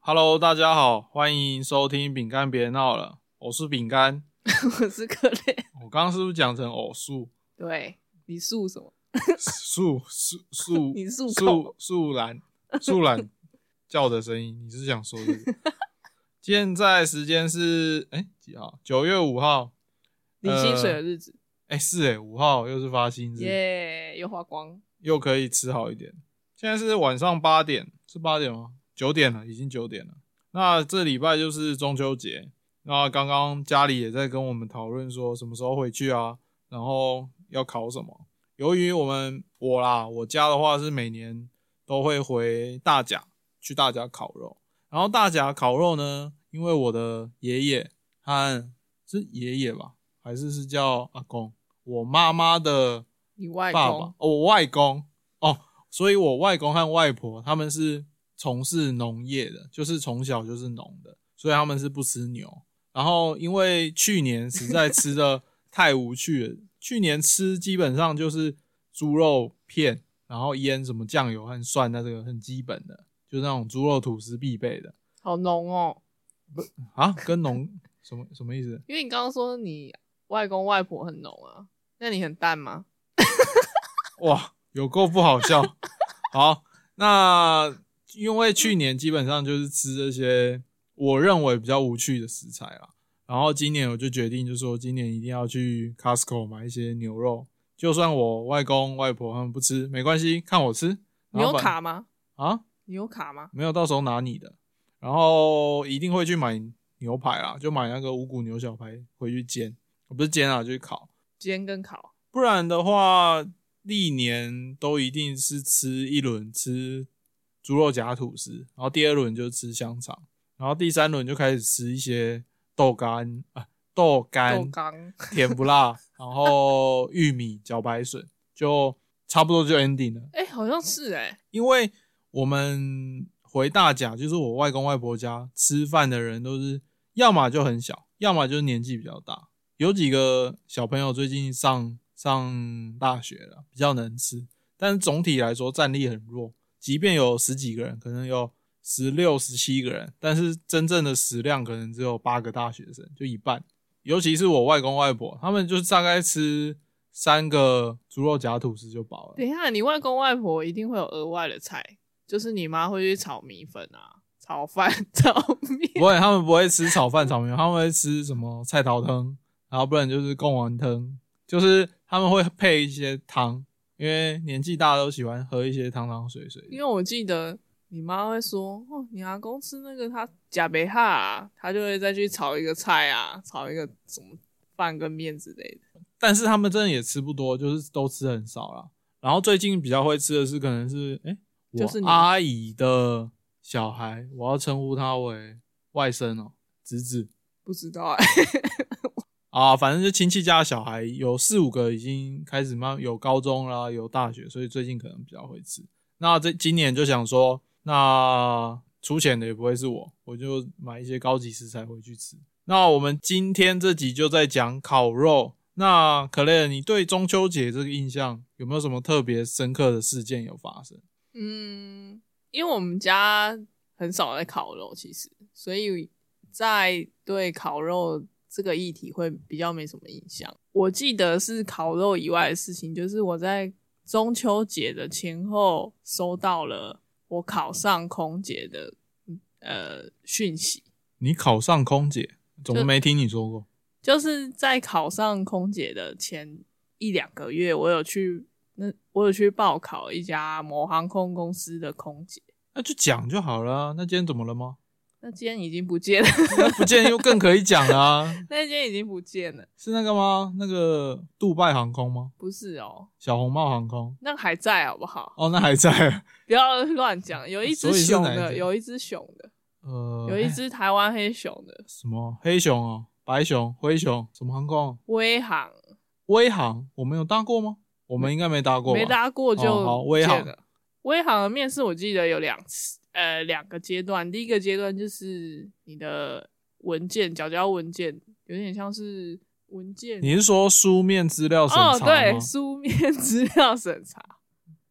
Hello，大家好，欢迎收听《饼干别闹了》，我是饼干。我 是可怜。我刚刚是不是讲成偶 数？对，你素什么？树树树 你漱树口树懒树懒叫的声音，你是想说 这个？现在时间是哎、几号？九月五号。你薪水的日子，哎、是哎、五号又是发薪日耶、又花光。又可以吃好一点。现在是晚上八点，是八点吗？九点了，已经九点了。那这礼拜就是中秋节，那刚刚家里也在跟我们讨论说什么时候回去啊，然后要烤什么。由于我们我啦，我家的话是每年都会回大甲去大甲烤肉，然后大甲烤肉呢，因为我的爷爷和是爷爷吧，还是是叫阿公，我妈妈的你外爸爸公，哦，我外公哦，所以我外公和外婆他们是从事农业的，就是从小就是农的，所以他们是不吃牛。然后因为去年实在吃的太无趣了， 去年吃基本上就是猪肉片，然后腌什么酱油和蒜，那这个很基本的，就是那种猪肉吐司必备的好浓哦。啊，跟农什么什么意思？因为你刚刚说你外公外婆很浓啊，那你很淡吗？哇，有够不好笑。好，那因为去年基本上就是吃这些我认为比较无趣的食材啦，然后今年我就决定，就说今年一定要去 Costco 买一些牛肉，就算我外公外婆他们不吃没关系，看我吃。你然有后把卡吗？啊？你有卡吗？没有，到时候拿你的。然后一定会去买牛排啦，就买那个五谷牛小排回去煎，不是煎啊，就是烤。煎跟烤，不然的话，历年都一定是吃一轮吃猪肉夹吐司，然后第二轮就吃香肠，然后第三轮就开始吃一些豆干啊、豆豆干、干，甜不辣，然后玉米茭白笋，就差不多就 ending 了。哎、好像是哎、因为我们回大甲，就是我外公外婆家吃饭的人都是，要么就很小，要么就是年纪比较大。有几个小朋友最近上上大学了，比较能吃，但是总体来说战力很弱。即便有十几个人，可能有十六、十七个人，但是真正的食量可能只有八个大学生，就一半。尤其是我外公外婆，他们就是大概吃三个猪肉夹吐司就饱了。等一下，你外公外婆一定会有额外的菜，就是你妈会去炒米粉啊，炒饭、炒面。不会，他们不会吃炒饭、炒面，他们会吃什么菜头汤，然后不然就是贡丸汤，就是他们会配一些汤，因为年纪大都喜欢喝一些汤汤水水。因为我记得你妈会说，哦，你阿公吃那个他假贝哈、啊，他就会再去炒一个菜啊，炒一个什么饭跟面之类的。但是他们真的也吃不多，就是都吃很少啦。然后最近比较会吃的是，可能是哎、诶就是我你阿姨的小孩，我要称呼他为外甥哦、侄子不知道哎、啊，反正就亲戚家的小孩有四五个已经开始慢有高中啦，有大学，所以最近可能比较会吃。那这今年就想说，那出钱的也不会是我，我就买一些高级食材回去吃。那我们今天这集就在讲烤肉。那可乐，你对中秋节这个印象有没有什么特别深刻的事件有发生？ 嗯，因为我们家很少在烤肉，其实，所以在对烤肉这个议题会比较没什么印象。我记得是烤肉以外的事情，就是我在中秋节的前后收到了我考上空姐的呃讯息，你考上空姐，怎么就没听你说过？就是在考上空姐的前一两个月，我有去那我有去报考一家某航空公司的空姐，那就讲就好了啊。那今天怎么了吗？那今天已经不见了。 那不见又更可以讲啊啦、那间已经不见了，是那个吗？那个杜拜航空吗？不是哦，小红帽航空？那个还在好不好？ 哦，那还在。不要乱讲，有一只所以是熊哪一的，只有一只熊的，呃，有一哎只台湾黑熊的什么黑熊哦，白熊、灰熊，什么航空？威航，威航，我们有搭过吗？我们应该没搭过吧，没搭过就哦好威航见了。威航的面试我记得有两次，呃，两个阶段。第一个阶段就是你的文件，缴交文件，有点像是文件你是说书面资料审哦，查吗？对，书面资料审查。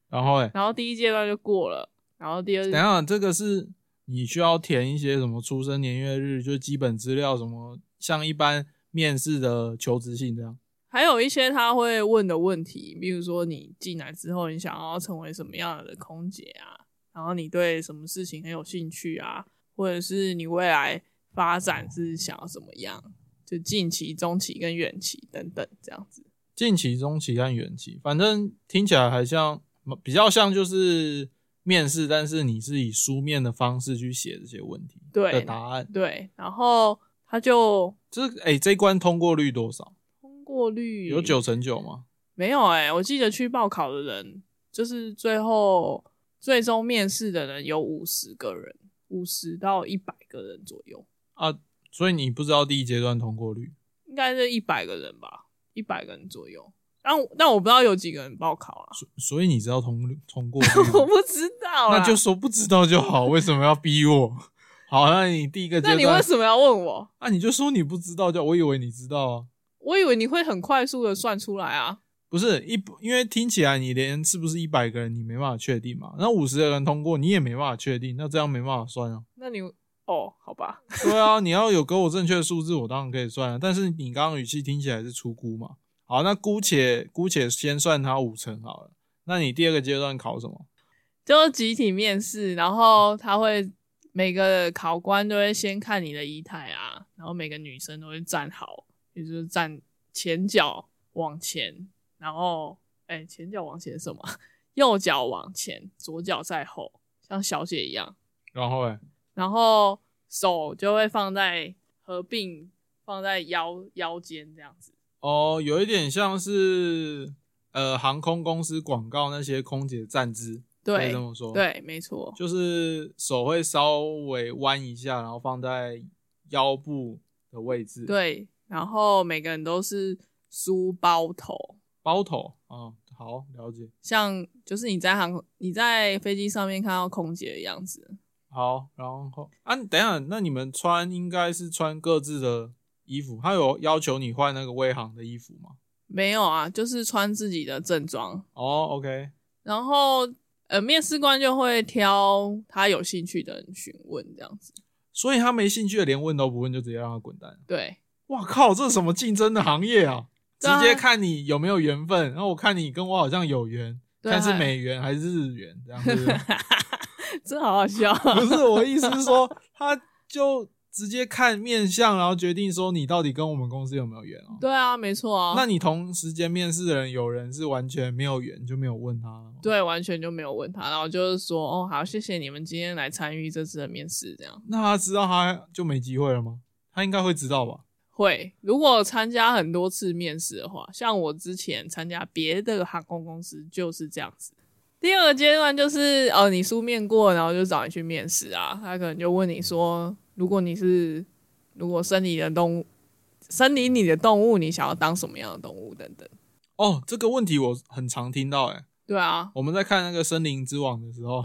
然后哎、然后第一阶段就过了，然后第二等一下这个是你需要填一些什么出生年月日，就是基本资料什么，像一般面试的求职信这样。还有一些他会问的问题，比如说你进来之后，你想要成为什么样的空姐啊？然后你对什么事情很有兴趣啊？或者是你未来发展是想要怎么样？就近期、中期跟远期等等这样子。近期、中期和远期，反正听起来还像比较像就是面试，但是你是以书面的方式去写这些问题对的答案。对，然后他就就是哎、这一关通过率多少？通过率有九成九吗？没有哎、我记得去报考的人，就是最后最终面试的人有五十个人，五十到一百个人左右，啊，所以你不知道第一阶段通过率。应该是一百个人吧，一百个人左右。但但我不知道有几个人报考啊，所所以你知道通通过率 吗？我不知道啊啦。那就说不知道就好，为什么要逼我？ 好，那你第一个那阶你为段，什么要问我？啊，你就说你不知道就好，我以为你知道啊，我以为你会很快速的算出来啊。不是一，因为听起来你连是不是一百个人你没办法确定嘛，那五十个人通过你也没办法确定，那这样没办法算 啊。那你哦，好吧，对啊，你要有给我正确的数字，我当然可以算啊。但是你刚刚语气听起来是出估嘛，好，那姑且姑且先算它五成好了。那你第二个阶段考什么？就是集体面试，然后他会每个考官都会先看你的仪态啊，然后每个女生都会站好，也就是站前脚往前，然后哎、前脚往前是什么？ 右脚往前，左脚在后，像小姐一样，然后哎、然后手就会放在合并放在腰腰间这样子。哦，有一点像是呃航空公司广告那些空姐站姿，可以对这么说，，对，没错，就是手会稍微弯一下，然后放在腰部的位置，，对。然后每个人都是梳包头，包头啊、好了解，像就是你在航空你在飞机上面看到空姐的样子，好，然后啊，等一下，那你们穿应该是穿各自的衣服，他有要求你换那个威航的衣服吗？没有啊，就是穿自己的正装，哦，OK，然后呃，面试官就会挑他有兴趣的人询问这样子，所以他没兴趣的，连问都不问，就直接让他滚蛋。对，哇靠，这是什么竞争的行业啊！直对啊接看你有没有缘分，然后我看你跟我好像有缘，对啊看是还美元还是日元这样子。真好好笑， 啊不是我意思是说，他就直接看面相，然后决定说你到底跟我们公司有没有缘哦。对啊，没错啊，那你同时间面试的人，有人是完全没有缘，就没有问他了吗。对，完全就没有问他，然后就是说，哦，好，谢谢你们今天来参与这次的面试，这样那他知道他就没机会了吗？他应该会知道吧？会。如果参加很多次面试的话，像我之前参加别的航空公司就是这样子。第二个阶段就是，哦，你书面过，然后就找你去面试啊。他可能就问你说，如果你是如果生理的动物，生理你的动物，你想要当什么样的动物等等。哦，这个问题我很常听到、欸，哎，对啊，我们在看那个《森林之王》的时 候，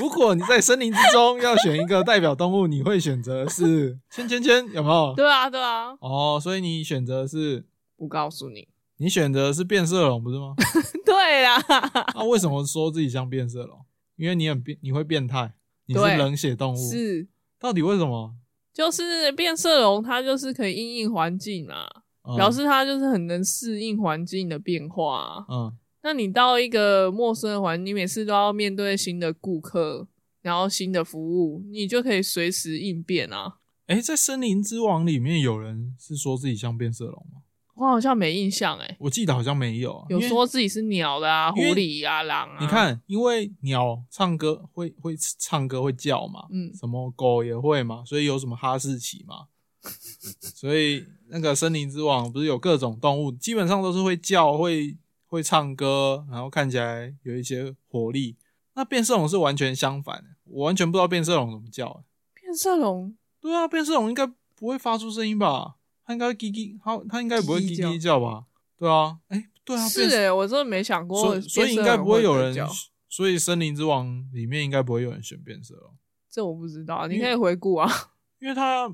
如果你在森林之中要选一个代表动物，你会选择 是圈圈圈，有没有？对啊，对啊。哦，所以你选择是，不告诉你， 你选择是变色龙，不是吗？对啊啦， 那、为什么说自己像变色龙？因为你很变，你会变态，你是对冷血动物。是到底为什么？就是变色龙，它就是可以因应环境啊，嗯表示它就是很能适应环境的变化、啊。嗯，那你到一个陌生的环境，你每次都要面对新的顾客，然后新的服务，你就可以随时应变啊。哎、在《森林之王》里面有人是说自己像变色龙吗？我好像没印象哎、我记得好像没有、啊，有因为说自己是鸟的啊、狐因为狸啊、狼啊。你，看，因为鸟唱歌会会唱歌会叫嘛，嗯，什么狗也会嘛，所以有什么哈士奇嘛，所以那个森林之王不是有各种动物，基本上都是会叫、会会唱歌，然后看起来有一些活力。那变色龙是完全相反的，我完全不知道变色龙怎么叫、欸变色龙对啊，变色龙应该不会发出声音吧？它应该会叽叽，它它应该不会叽叽叽叫叽叫吧？对啊，哎、对啊，是变色哎、我真的没想过所以变色所龙以应该不会有人叫，，所以《森林之王》里面应该不会有人选变色龙，这我不知道，你因为可以回顾啊。 因为他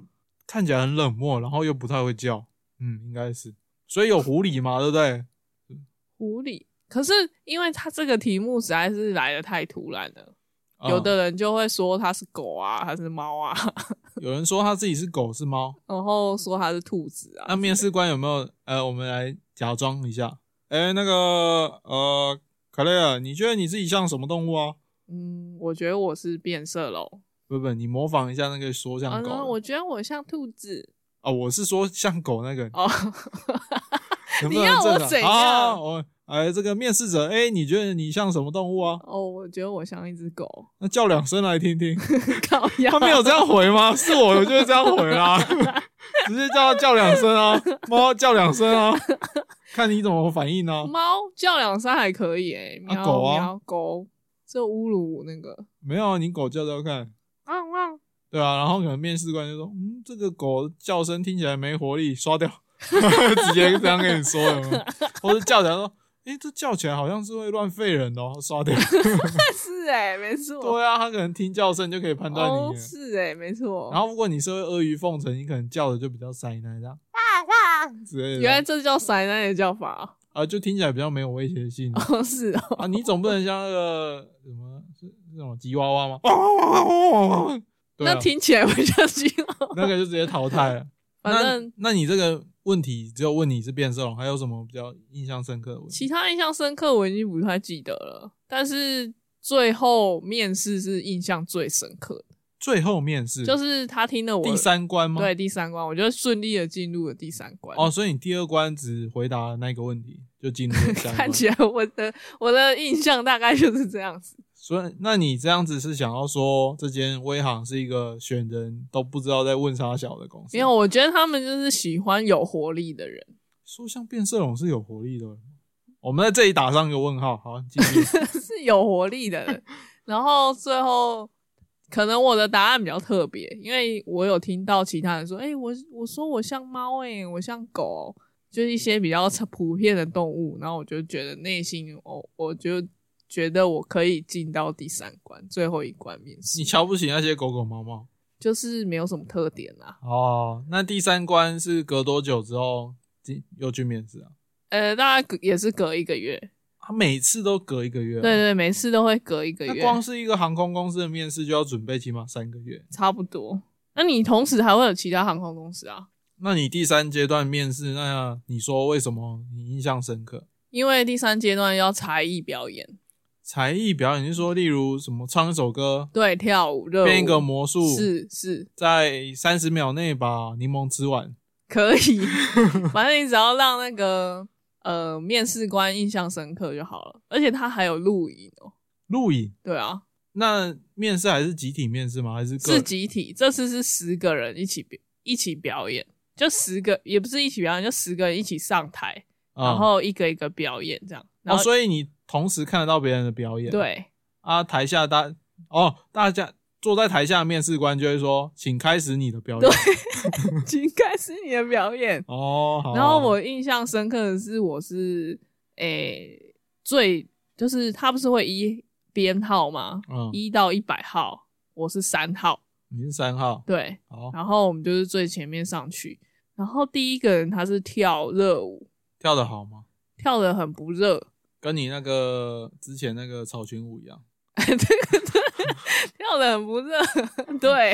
看起来很冷漠，然后又不太会叫，嗯，应该是。所以有狐狸嘛，对不对？狐狸。可是因为他这个题目实在是来的太突然了，嗯有的人就会说它是狗啊，它是猫啊， 有人说他自己是狗是猫，然后说它是兔子啊。那面试官有没有？呃，我们来假装一下。哎、那个呃，卡雷尔，你觉得你自己像什么动物啊？嗯，我觉得我是变色龙不不，你模仿一下那个说像啊，狗然的后我觉得我像兔子啊，我是说像狗那个，哦。 能不你能要我正常怎样好我哎，这个面试者，哎、你觉得你像什么动物啊？哦，我觉得我像一只狗，那叫两声来听听。靠腰他没有这样回吗？是我，我就会这样回 啦，直接叫他叫两声啊，猫叫两声啊，看你怎么反应呢、啊？猫叫两声还可以诶、啊喵、狗啊喵狗，这侮辱那个 没有，啊，你狗叫叫看。汪汪，对啊，然后可能面试官就说：“嗯，这个狗叫声听起来没活力，刷 掉。”直接这样跟你说有没有？或者叫起来说：“诶、这叫起来好像是会乱吠人哦，刷掉。是诶、没”错，对啊，他可能听叫声就可以判断哦你了。欸是诶、没错，然后如果你是会阿谀奉承，你可能叫的就比较塞奶这样哇哇，之类的，原来这叫塞奶的叫法啊就听起来比较没有威胁性哦，哦 是哦，啊。你总不能像那个什么是是那种吉娃娃 吗？哇哇哇哇哇哇哇！对啊那听起来不像鸡肉，那个就直接淘汰了。 反正那那你这个问题只有问你是变色龙，还有什么比较印象深刻的问题？其他印象深刻我已经不太记得了，但是最后面试是印象最深刻的，最后面试就是他听了我嗯第三关吗？对第三关，我就顺利的进入了第三关。哦，所以你第二关只回答了那个问题就进入了下一 看关。起来我的我的印象大概就是这样子。所以那你这样子是想要说这间微行是一个选人都不知道在问啥小的公司？没有，，我觉得他们就是喜欢有活力的人，说像变色龙是有活力的人吗。我们在这里打上一个问号，好，继续。 是有活力的人。然后最后，可能我的答案比较特别，因为我有听到其他人说：“哎、我我说我像猫，哎，我像狗，就是一些比较普遍的动物。”然后我就觉得内心，哦，我就觉得我可以进到第三关，最后一关面试你，瞧不起那些狗狗猫猫就是没有什么特点啦、哦？那第三关是隔多久之后进又去面试啊？呃，大概隔也是隔一个月，他每次都隔一个月、啊，对对，每次都会隔一个那月，光是一个航空公司的面试就要准备起码三个月。差不多。那你同时还会有其他航空公司啊？那你第三阶段面试，那你说为什么你印象深刻？因为第三阶段要才艺表演，才艺表演，你是说例如什么唱一首歌，对，跳舞、热舞，变一个魔术，是是在三十秒内把柠檬吃完。可以， 反正你只要让那个呃面试官印象深刻就好了。而且他还有录影哦，录影，对啊，那面试还是集体面试吗？还是个是人？集体，这次是十个人一起表一起表演，就十个也不是一起表演，就十个人一起上台，啊然后一个一个表演这样，然哦，后、所以你同时看得到别人的表演。对。 啊，台下大哦，大家坐在台下的面试官就会说，请开始你的表演。请开始你的表演。哦，好。然后我印象深刻的是，我是诶、最就是他不是会一编号吗？嗯，一到一百号，我是三号，你是三号，对。好，然后我们就是最前面上去，然后第一个人他是跳热舞，跳的好吗？跳的很不热，跟你那个之前那个草裙舞一样这个真的跳的很不热， 对，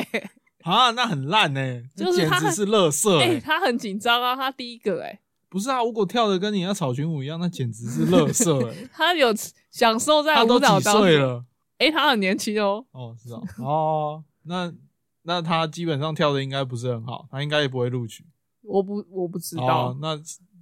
啊，那很烂呢、就是他那简直是乐色、哎、欸。他很紧张啊，他第一个哎、不是啊，如果跳的跟你那草裙舞一样，那简直是乐色、欸。他有享受 在他舞都蹈几当中，岁了？哎、他很年轻哦，哦，是啊，哦，那那他基本上跳的应该不是很好，他应该也不会录取。我不我不知道。哦，那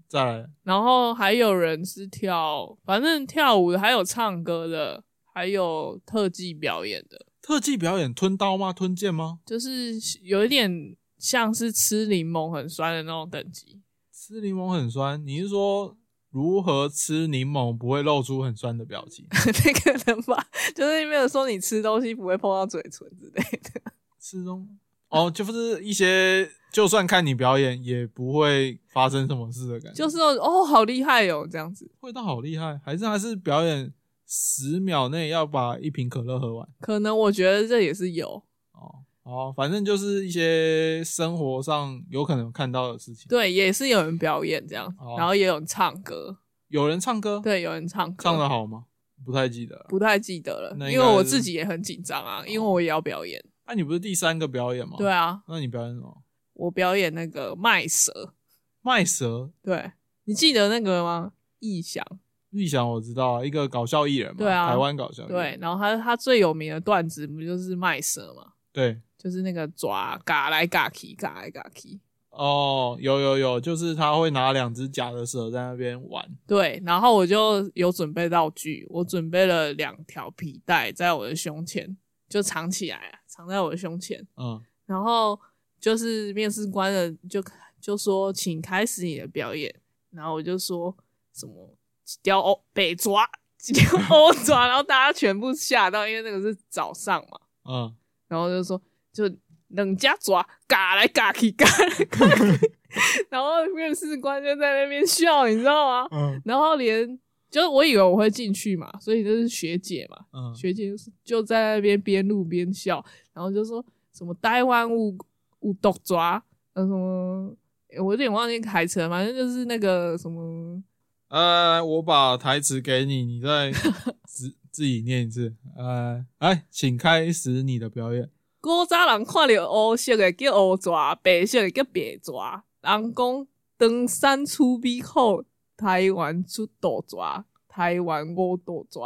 再来然后还有人是跳，反正跳舞的，还有唱歌的，还有特技表演的，特技表演，吞刀吗？吞剑吗？就是有一点像是吃柠檬很酸的那种等级。吃柠檬很酸，你是说如何吃柠檬不会露出很酸的表情？ 那个人吧，就是没有说你吃东西不会碰到嘴唇之类的。失踪哦，就是一些就算看你表演也不会发生什么事的感觉， 就是那种哦，好厉害哦，这样子味道好厉害，还是还是表演十秒内要把一瓶可乐喝完可能我觉得这也是有哦哦，反正就是一些生活上有可能看到的事情。对，也是有人表演这样，哦然后也有人唱歌，有人唱歌，对，有人唱歌，唱的好吗？不太记得了。不太记得了，那应因为该我是哦自己也很紧张啊，因为我也要表演。那、啊你不是第三个表演吗？对。啊，那你表演什么？我表演那个卖蛇，卖蛇。对你记得那个吗？异想玉祥我知道啊，一个搞笑艺人嘛，对啊台湾搞笑艺对人，，然后他他最有名的段子不就是卖蛇吗？对，就是那个爪嘎来嘎去，嘎来嘎去。哦，有有有，就是他会拿两只假的蛇在那边玩，对，然后我就有准备道具，我准备了两条皮带在我的胸前，就藏起来啊，藏在我的胸前。嗯，然后就是面试官的就就说，请开始你的表演。然后我就说什么几条欧北抓，几条欧抓，然后大家全部吓到，因为那个是早上嘛。嗯，然后就说就冷家抓，嘎来嘎去，嘎来嘎去。 然后面试官就在那边笑，你知道吗？嗯，然后连就是我以为我会进去嘛，所以就是学姐嘛，嗯，学姐就是就在那边边录边笑，然后就说什么台湾物物毒抓，呃什么，诶我有点忘记台词了，反正就是那个什么，呃，我把台词给你，你再 自自己念一次，呃，来，请开始你的表演，古早人看到黑色的叫黑蛇，啊白色的叫白蛇，啊人讲登山出鼻口，台湾出毒蛇，台湾五毒蛇，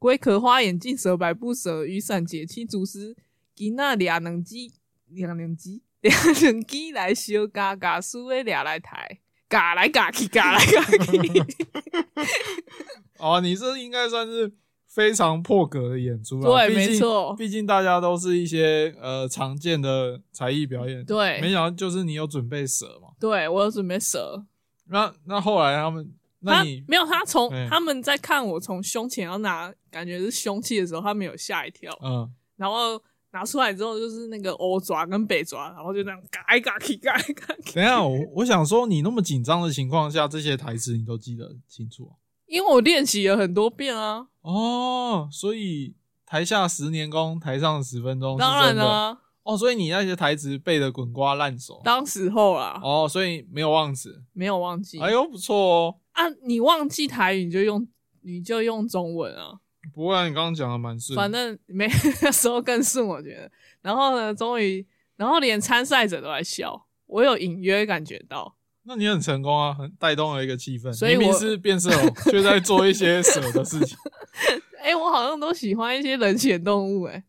龟壳花眼镜蛇、百步蛇、雨伞节气蛛丝，囡仔抓两只，抓 两只，抓两只来小嘎嘎，输的抓来抬，嘎来嘎去，嘎来嘎去。哦，你这应该算是非常破格的演出了，对，毕没竟错，毕竟大家都是一些呃常见的才艺表演，没对，想到就是你有准备蛇嘛，对我有准备蛇，那那后来他们，那他你啊没有，他从嗯他们在看我从胸前要拿，感觉是凶器的时候，他们有吓一跳，嗯。然后拿出来之后就是那个欧爪跟北爪，然后就这样嘎一嘎起嘎一嘎起，等一下，我我想说，你那么紧张的情况下，这些台词你都记得清楚啊因为我练习了很多遍啊，哦，所以台下十年功，台上十分钟，当然啊了、啦、哦，所以你那些台词背得滚瓜烂熟，当时候啦，哦，所以没有忘词，没有忘记、哎呦，不错哦。啊，你忘记台语你就用你就用中文啊，不过你刚刚讲的蛮顺，反正没 那时候更顺，我觉得。然后呢，终于，然后连参赛者都在笑，我有隐约感觉到。那你很成功啊，很带动了一个气氛。所以我明明是变色龙，却在做一些蛇的事情。 哎、我好像都喜欢一些冷血动物、哎，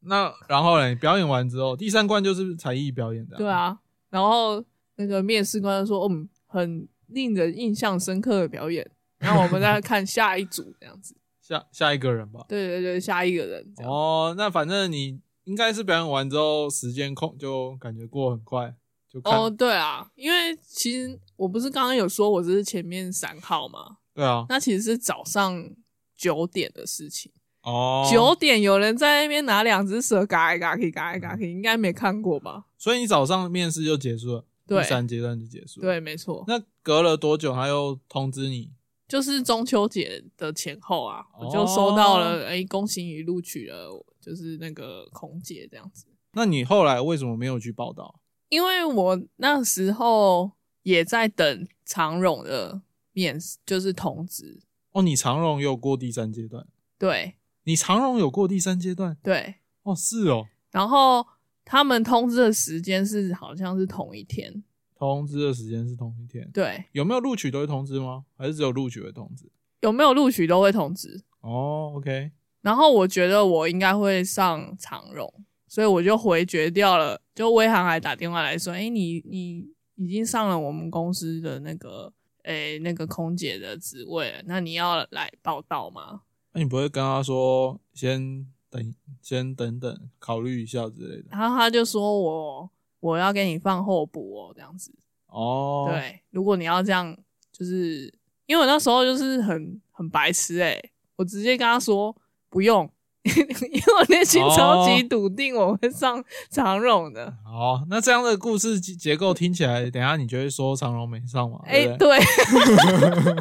那然后嘞，表演完之后，第三关就是才艺表演的、对，啊。然后那个面试官就说，嗯，很令人印象深刻的表演。然后我们再看下一组 这样子，下下一个人吧。对对对，下一个人这样。哦，那反正你应该是表演完之后，时间空就感觉过很快，就看、哦，对啊，因为其实我不是刚刚有说我这是前面三号嘛，对啊，那其实是早上九点的事情。哦，九、，点有人在那边拿两只蛇嘎一嘎去嘎一嘎嗯去，应该没看过吧？所以你早上面试就结束了，对第三阶段就结束了。，对，没错，那隔了多久他又通知你？就是中秋节的前后啊，哦我就收到了，哎、恭喜你录取了，就是那个空姐这样子。那你后来为什么没有去报道？因为我那时候也在等长荣的面试，就是通知。哦，你长荣有过第三阶段，对你长荣有过第三阶段？对，哦，是哦，然后他们通知的时间是好像是同一天。通知的时间是同一天，对，有没有录取都会通知吗？还是只有录取会通知？有没有录取都会通知。哦，OK，然后我觉得我应该会上长荣，所以我就回绝掉了。就威航还打电话来说：“哎，你你已经上了我们公司的那个哎那个空姐的职位了，那你要来报道吗那你不会跟他说先等，先等等，考虑一下之类？”的？然后他就说我我要给你放候补哦，这样子。哦，，对，如果你要这样，就是因为我那时候就是很很白痴哎、我直接跟他说不用。 因为我内心超级哦笃定我会上长荣的，好，那这样的故事结结构听起来，等一下你就会说长荣没上嘛？哎、对不对？对，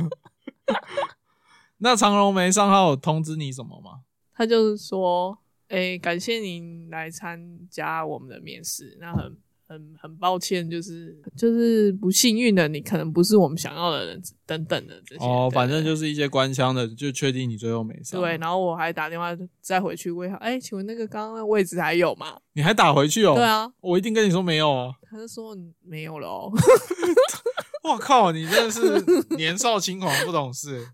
那长荣没上，他有通知你什么吗？他就是说，哎、感谢您来参加我们的面试，那很很很抱歉，就是就是不幸运的，你可能不是我们想要的人等等的这些。哦，对反正对就是一些官腔的，就确定你最后没上。对。，然后我还打电话再回去问他，哎、请问那个刚刚的位置还有吗？你还打回去哦？对，啊，我一定跟你说没有啊！他就说没有了哦。我靠，你真的是年少轻狂不懂事。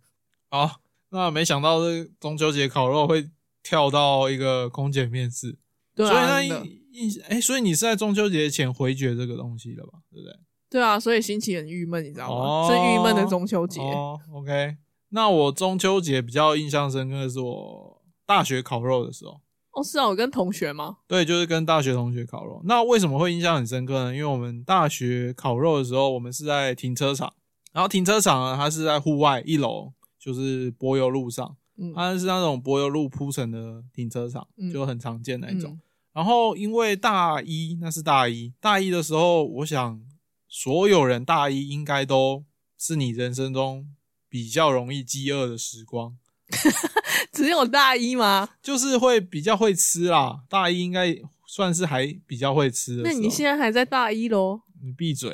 好，那没想到这中秋节烤肉会跳到一个空姐面试，对所以啊，那真的印印哎、所以你是在中秋节前回绝这个东西了吧？对不对？对啊，所以心情很郁闷，你知道哦吗？是郁闷的中秋节。哦，OK。那我中秋节比较印象深刻的是我大学烤肉的时候，哦，是啊，我跟同学吗？对，就是跟大学同学烤肉。那为什么会印象很深刻呢？因为我们大学烤肉的时候，我们是在停车场，然后停车场呢，它是在户外一楼，就是柏油路上，嗯，它是那种柏油路铺成的停车场，嗯就很常见那一种。嗯然后因为大一那是大一，大一的时候，我想所有人大一应该都是你人生中比较容易饥饿的时光，嗯 只有大一吗？就是会比较会吃啦。大一应该算是还比较会吃的时那候。你现在还在大一喽？你闭嘴！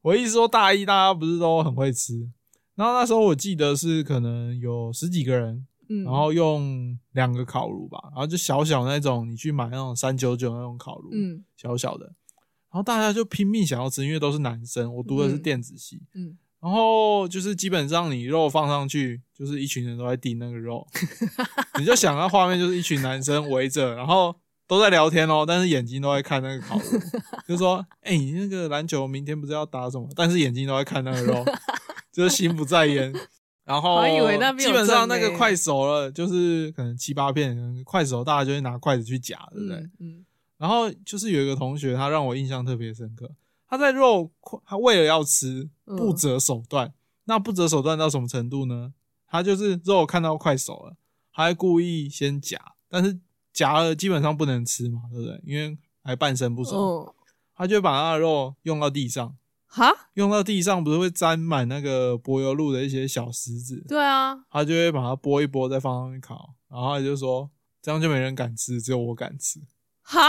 我意思说，大一大家不是都很会吃，然后那时候我记得是可能有十几个人，嗯，然后用两个烤炉吧，然后就小小那种，你去买那种三九九那种烤炉，嗯小小的，然后大家就拼命想要吃，因为都是男生，我读的是嗯电子系，嗯，然后就是基本上你肉放上去，就是一群人都在订那个 肉，你就想到画面就是一群男生围着，然后都在聊天哦，但是眼睛都在看那个烤肉，就说：“哎、你那个篮球明天不是要打什么？”但是眼睛都在看那个 肉，就是心不在焉。然后我还以为那边基有本上正那个妹快熟了，就是可能七八片，可能快熟大家就会拿筷子去夹，对不对？嗯？嗯，然后就是有一个同学，他让我印象特别深刻。他在肉，他为了要吃嗯不择手段。那不择手段到什么程度呢？他就是肉看到快熟了，他还故意先夹，但是夹了基本上不能吃嘛，对不对？因为还半生不熟，哦，他就把他的肉用到地上，哈，用到地上不是会沾满那个柏油路的一些小石子，对啊，他就会把它剥一剥，再放上去烤。然后他就说，这样就没人敢吃，只有我敢吃。哈，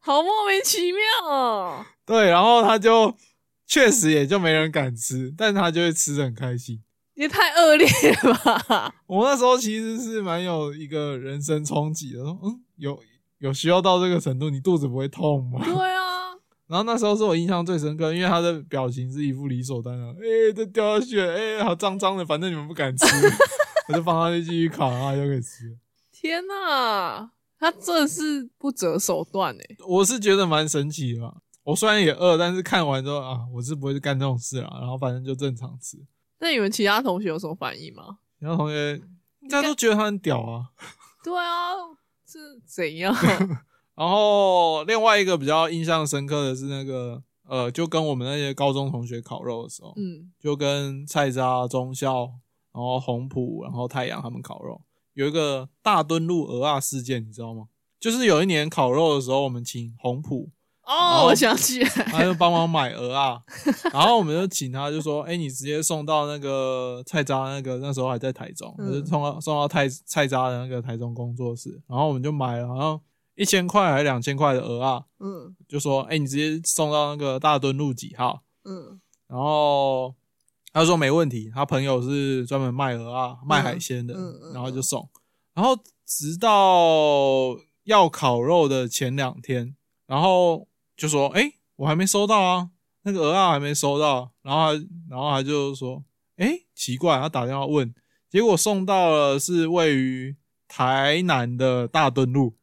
好莫名其妙哦。对，然后他就确实也就没人敢吃，但他就会吃的很开心。也太恶劣了吧！我那时候其实是蛮有一个人生冲击的，说嗯，有有需要到这个程度，你肚子不会痛吗？对啊，然后那时候是我印象最深刻，因为他的表情是一副理所当然，哎、这掉下去了，哎、好脏脏的，反正你们不敢吃， 我就放他去继续烤，然后他就可以吃了。天哪，他真的是不择手段哎。我是觉得蛮神奇的吧。我虽然也饿，但是看完之后啊，我是不会干这种事啦。然后反正就正常吃。那你们其他同学有什么反应吗？然后同学大家都觉得他很屌啊。对啊，是怎样？然后另外一个比较印象深刻的是那个呃，就跟我们那些高中同学烤肉的时候，嗯就跟菜渣、中校，然后红埔，然后太阳他们烤肉，有一个大墩路鹅啊事件，你知道吗？就是有一年烤肉的时候，我们请红埔， 哦，我想起来，他就帮忙买鹅啊，然后我们就请他就说，哎、你直接送到那个菜渣那个那时候还在台中，嗯我就送到送到菜菜渣的那个台中工作室，然后我们就买了好像一千块还是两千块的鹅啊，嗯就说，哎、你直接送到那个大墩路几号，嗯然后他说没问题，他朋友是专门卖鹅啊、卖海鲜的，嗯嗯然后就送。然后直到要烤肉的前两天，然后就说：“哎、我还没收到啊，那个鹅啊还没收到。”然后他，然后他就说：“哎、奇怪。”他打电话问，结果送到了是位于台南的大墩路。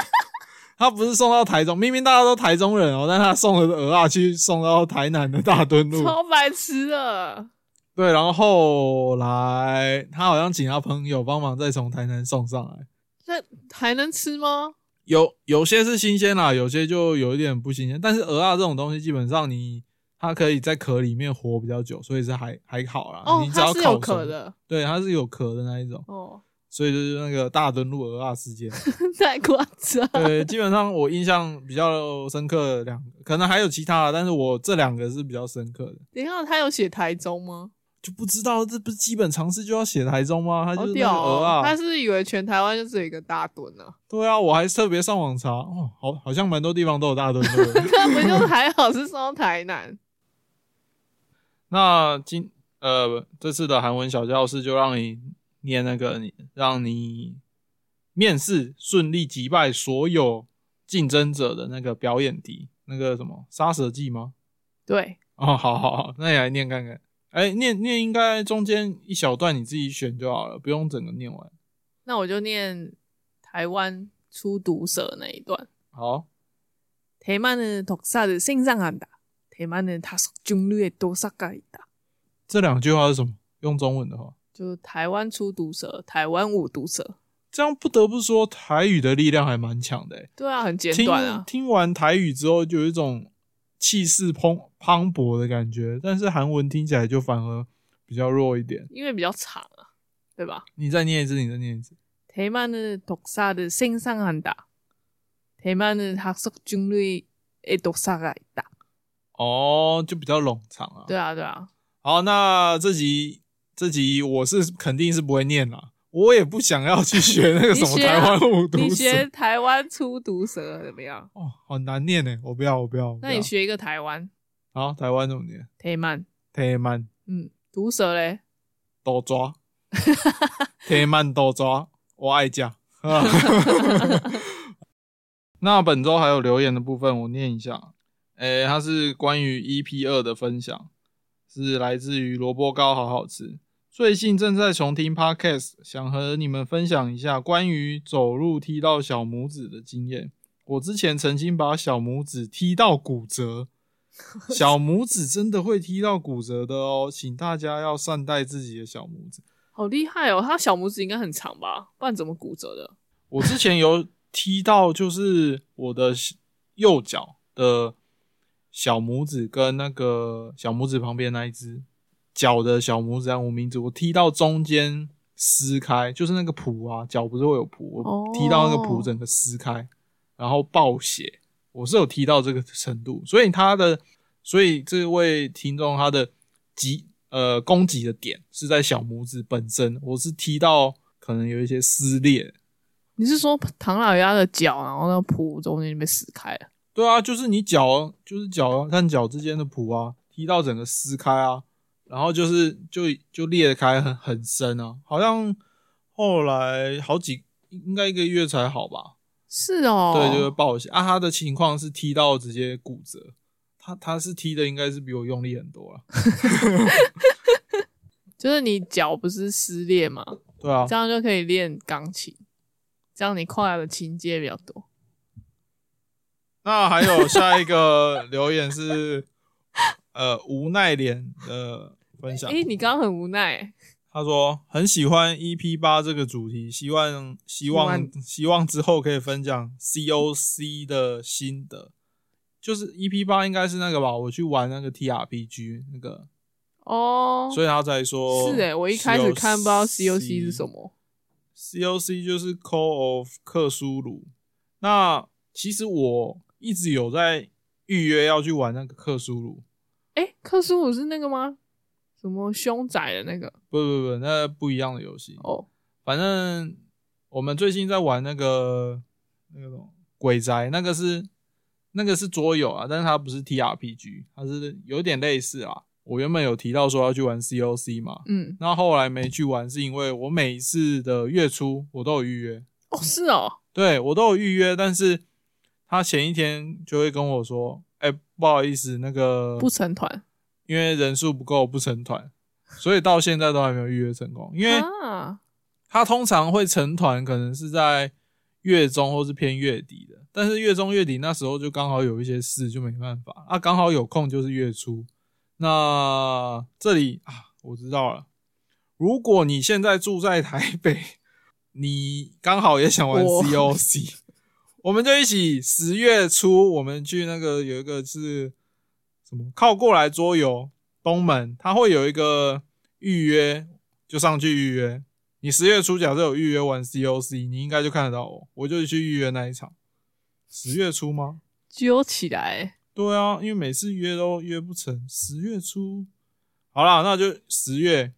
他不是送到台中，明明大家都台中人哦，但他送了鹅啊去送到台南的大墩路，嗯超白痴的。对，然后后来他好像请他朋友帮忙再从台南送上来，那还能吃吗？有有些是新鲜啦，有些就有一点不新鲜。但是鹅啊这种东西，基本上你它可以在壳里面活比较久，所以是还还好啦。哦你，只要它是有烤壳熟，的对，它是有壳的那一种，哦，所以就是那个大墩路鹅啊事件。 太夸张。对，基本上我印象比较深刻的两个，可能还有其他的，但是我这两个是比较深刻的。等一下，他有写台中吗？就不知道这不是基本常识就要写台中吗？他就好是那屌个鹅哦！啊他，是以为全台湾就只有一个大墩啊， 对啊，我还特别上网查，哦，好，好像蛮多地方都有大墩对不对那不就还好是说台南？那今呃这次的韩文小教室就让你念那个，你让你面试顺利击败所有竞争者的那个表演题，那个什么杀蛇记吗？对，哦，好好好，那你来念看看。哎、念念应该中间一小段你自己选就好了，不用整个念完。那我就念台湾出毒蛇那一段。好， 대만은 독사를 생산한다. 대만은 다섯 종류의 도사가 있다.这两句话是什么？用中文的话，就台湾出毒蛇，台湾五毒蛇。这样不得不说台语的力量还蛮强的、欸。对啊，很简听短啊。听完台语之后，就有一种气势磅磅礴的感觉，但是韩文听起来就反而比较弱一点。因为比较长啊，对吧？你再念一次，你再念一次。 대만은 독사를 생산한다. 대만은 다섯 종류의 독사가 있다.哦，就比较冗长啊。对啊，对啊，好，那这集这集我是肯定是不会念啦，我也不想要去学那个什么你学啊台湾五毒你学蛇，台湾出毒蛇怎么样？哦，好难念呢，我不要，我不要。我不那要你学一个台湾好，台湾怎么念？台湾，台湾嗯，毒蛇嘞，多抓，台湾多抓，我爱家。 那本周还有留言的部分，我念一下。诶、它是关于 EP 二的分享，是来自于萝卜糕好好吃。最近正在重听 Podcast，想和你们分享一下关于走路踢到小拇指的经验。我之前曾经把小拇指踢到骨折，小拇指真的会踢到骨折的哦，请大家要善待自己的小拇指。好厉害哦！他小拇指应该很长吧？不然怎么骨折的？我之前有踢到，就是我的右脚的小拇指跟那个小拇指旁边那一只脚的小拇指和无名指，我踢到中间撕开，就是那个蹼啊，脚不是会有蹼，哦我踢到那个蹼整个撕开，然后爆血，我是有踢到这个程度，所以他的，所以这位听众他的击呃攻击的点是在小拇指本身，我是踢到可能有一些撕裂。你是说唐老鸭的脚，然后那个蹼中间被撕开了？对啊，就是你脚，就是脚和脚之间的蹼啊，踢到整个撕开啊，然后就是就就裂开很很深啊，好像后来好几应该一个月才好吧？是哦，对，就会爆血啊。他的情况是踢到直接骨折，他他是踢的应该是比我用力很多啊。就是你脚不是撕裂吗？对啊这，样就可以练钢琴，这样你跨的情节比较多。那还有下一个留言是呃无奈脸的分享。诶、你刚刚很无奈、欸，他说很喜欢 EP 八这个主题，希望希望希望之后可以分享 COC 的心得。就是 EP 八应该是那个吧，我去玩那个 TRPG 那个，哦，所以他才说是诶、欸我一开始看不到 COC 是什。么， COC 就是 Call of 克苏鲁。那其实我一直有在预约要去玩那个克苏鲁，诶、克苏鲁是那个吗？什么凶宅的那个？不不不，那不一样的游戏。哦，反正我们最近在玩那个那个什么鬼宅，那个是那个是桌游啊，但是它不是 TRPG，它是有点类似啊。我原本有提到说要去玩 COC 嘛，嗯，那后来没去玩，是因为我每一次的月初我都有预约，哦，是哦，对我都有预约，但是他前一天就会跟我说：“哎、不好意思，那个不成团，因为人数不够不成团，所以到现在都还没有预约成功，因为。”啊，它通常会成团，可能是在月中或是偏月底的，但是月中月底那时候就刚好有一些事，就没办法啊，刚好有空就是月初。那这里啊，我知道了。如果你现在住在台北，你刚好也想玩我 COC，我们就一起十月初，我们去那个有一个是什么靠过来桌游东门，它会有一个预约，就上去预约。你十月初假设有预约玩 COC，你应该就看得到我，我就去预约那一场。十月初吗？揪起来、欸对啊，因为每次约都约不成。十月初好啦，那就十月，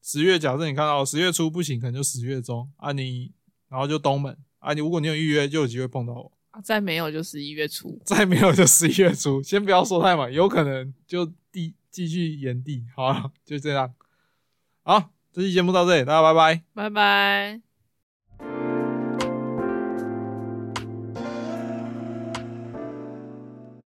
十月假设你看到十月初不行，可能就十月中啊你，然后就东门啊你，如果你有预约，就有机会碰到我。啊再没有就十一月初，再没有就十一月初，先不要说太满，有可能就地继续延地。好了，就这样。好，这期节目到这里，大家拜拜。拜拜。